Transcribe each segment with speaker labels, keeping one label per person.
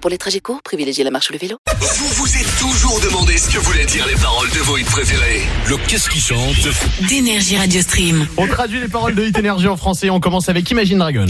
Speaker 1: Pour les trajets courts, privilégiez la marche ou le vélo.
Speaker 2: Vous vous êtes toujours demandé ce que voulaient dire les paroles de vos hits préférés. Le qu'est-ce qui chante
Speaker 3: d'énergie Radio Stream.
Speaker 4: On traduit les paroles de Hit Energy en français. On commence avec Imagine Dragons.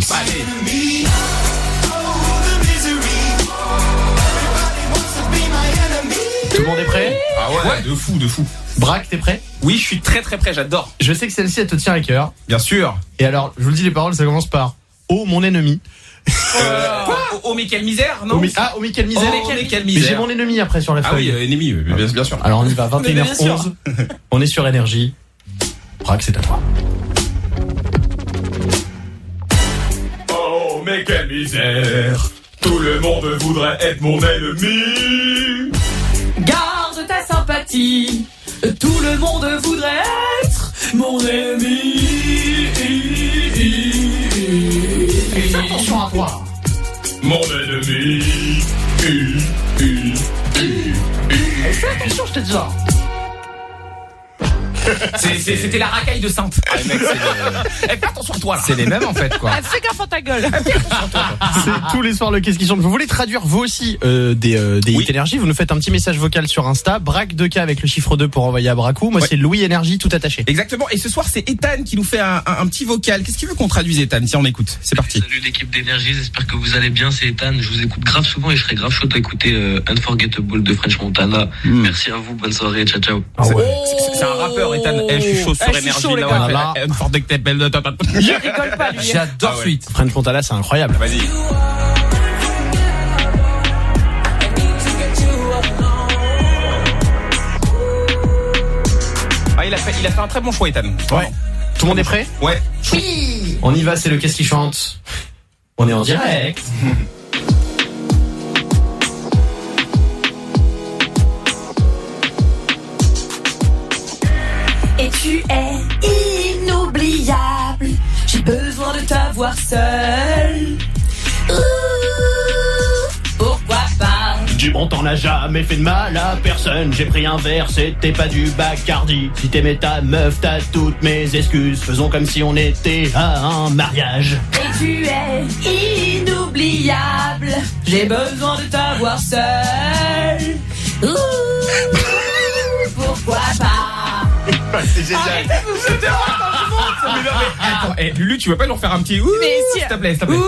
Speaker 4: Tout le monde est prêt
Speaker 5: Ah ouais, de fou, de fou.
Speaker 4: Braque, t'es prêt
Speaker 5: Oui, je suis très très prêt, j'adore.
Speaker 4: Je sais que celle-ci, elle te tient à cœur.
Speaker 5: Bien sûr.
Speaker 4: Et alors, je vous le dis, les paroles, ça commence par Oh mon ennemi.
Speaker 5: Euh, oh, oh, mais quelle misère, non
Speaker 4: Oh, mais- ah, oh, mais quelle misère.
Speaker 5: Oh, mais quelle
Speaker 4: mais j'ai
Speaker 5: misère.
Speaker 4: mon ennemi après sur la
Speaker 5: Ah oui,
Speaker 4: feuille.
Speaker 5: euh, ennemi, oui, bien, bien sûr.
Speaker 4: Alors, on y va,
Speaker 5: Mais bien
Speaker 4: 21h11. on est sur énergie. Braque, c'est à toi.
Speaker 5: Oh, mais quelle misère. Tout le monde voudrait être mon ennemi.
Speaker 6: Garde ta sympathie, tout le monde voudrait être mon ami.
Speaker 4: Fais attention à toi.
Speaker 5: Mon ennemi.
Speaker 4: Fais attention, je te dis. ça.
Speaker 5: C'est- c'est- C'était la racaille de Sainte. Eh, fais attention à toi, là.
Speaker 7: C'est les mêmes en fait quoi.
Speaker 6: Ah, Fais gaffe à ta gueule.
Speaker 4: C'est tous les soirs le qu'est-ce qui chante. Vous voulez traduire vous aussi euh, des, euh, des
Speaker 5: Oui.
Speaker 4: hits énergie Vous nous faites un petit message vocal sur Insta. Braque 2K avec le chiffre 2 pour envoyer à Bracou. Moi,
Speaker 7: Ouais.
Speaker 4: c'est Louis Énergie tout attaché.
Speaker 7: Exactement. Et ce soir, c'est Ethan qui nous fait un, un- un petit vocal. Qu'est-ce qu'il veut qu'on traduise, Ethan Tiens, on écoute. C'est parti.
Speaker 8: Salut l'équipe d'énergie, j'espère que vous allez bien, c'est Ethan, je vous écoute grave souvent et je serais grave chaud d'écouter euh, Unforgettable de French Montana. Merci à vous, bonne soirée, ciao ciao.
Speaker 7: C'est c'est un rappeur, Ethan. Eh, je suis chaud sur
Speaker 6: Eh, je suis
Speaker 7: énergie.
Speaker 6: chaud, les
Speaker 7: là,
Speaker 6: gars.
Speaker 7: ouais.
Speaker 4: Voilà.
Speaker 7: Eh, Unforgettable.
Speaker 6: Je rigole pas, lui.
Speaker 7: J'adore
Speaker 5: Ah ouais.
Speaker 7: suite.
Speaker 4: French Montana, c'est incroyable.
Speaker 5: Vas-y.
Speaker 7: Ah, il a fait, il a fait un très bon choix, Ethan.
Speaker 4: Ouais. Tout le monde est prêt
Speaker 7: Ouais.
Speaker 4: On y va, c'est le qu'est-ce qui chante. On est en direct.
Speaker 6: Et tu es inoubliable. J'ai besoin de t'avoir seul. Pourquoi pas
Speaker 4: Du bon temps n'a jamais fait de mal à personne. J'ai pris un verre, c'était pas du Bacardi. Si t'aimais ta meuf, t'as toutes mes excuses. Faisons comme si on était à un mariage.
Speaker 6: Et tu es inoubliable. J'ai besoin de t'avoir seul. Ouh, Pourquoi pas
Speaker 5: C'est génial.
Speaker 6: Arrêtez de vous jeter
Speaker 7: Attends, eh, Lulu, tu veux pas leur faire un petit ouh
Speaker 6: Mais si.
Speaker 7: S'il te plaît, s'il te plaît.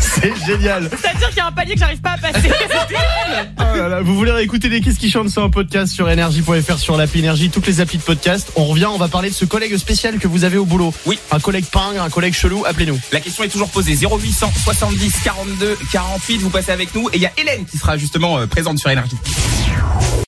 Speaker 4: C'est génial.
Speaker 6: C'est-à-dire qu'il y a un palier que j'arrive pas à passer.
Speaker 4: Oh là là, vous voulez réécouter les Qu'est-ce qui chante C'est un podcast sur énergie.fr, sur l'appli énergie, toutes les applis de podcast. On revient, on va parler de ce collègue spécial que vous avez au boulot.
Speaker 7: Oui.
Speaker 4: Un collègue pingre, un collègue chelou, appelez-nous.
Speaker 7: La question est toujours posée 0800 70 42 48. Vous passez avec nous et il y a Hélène qui sera justement euh, présente sur Énergie.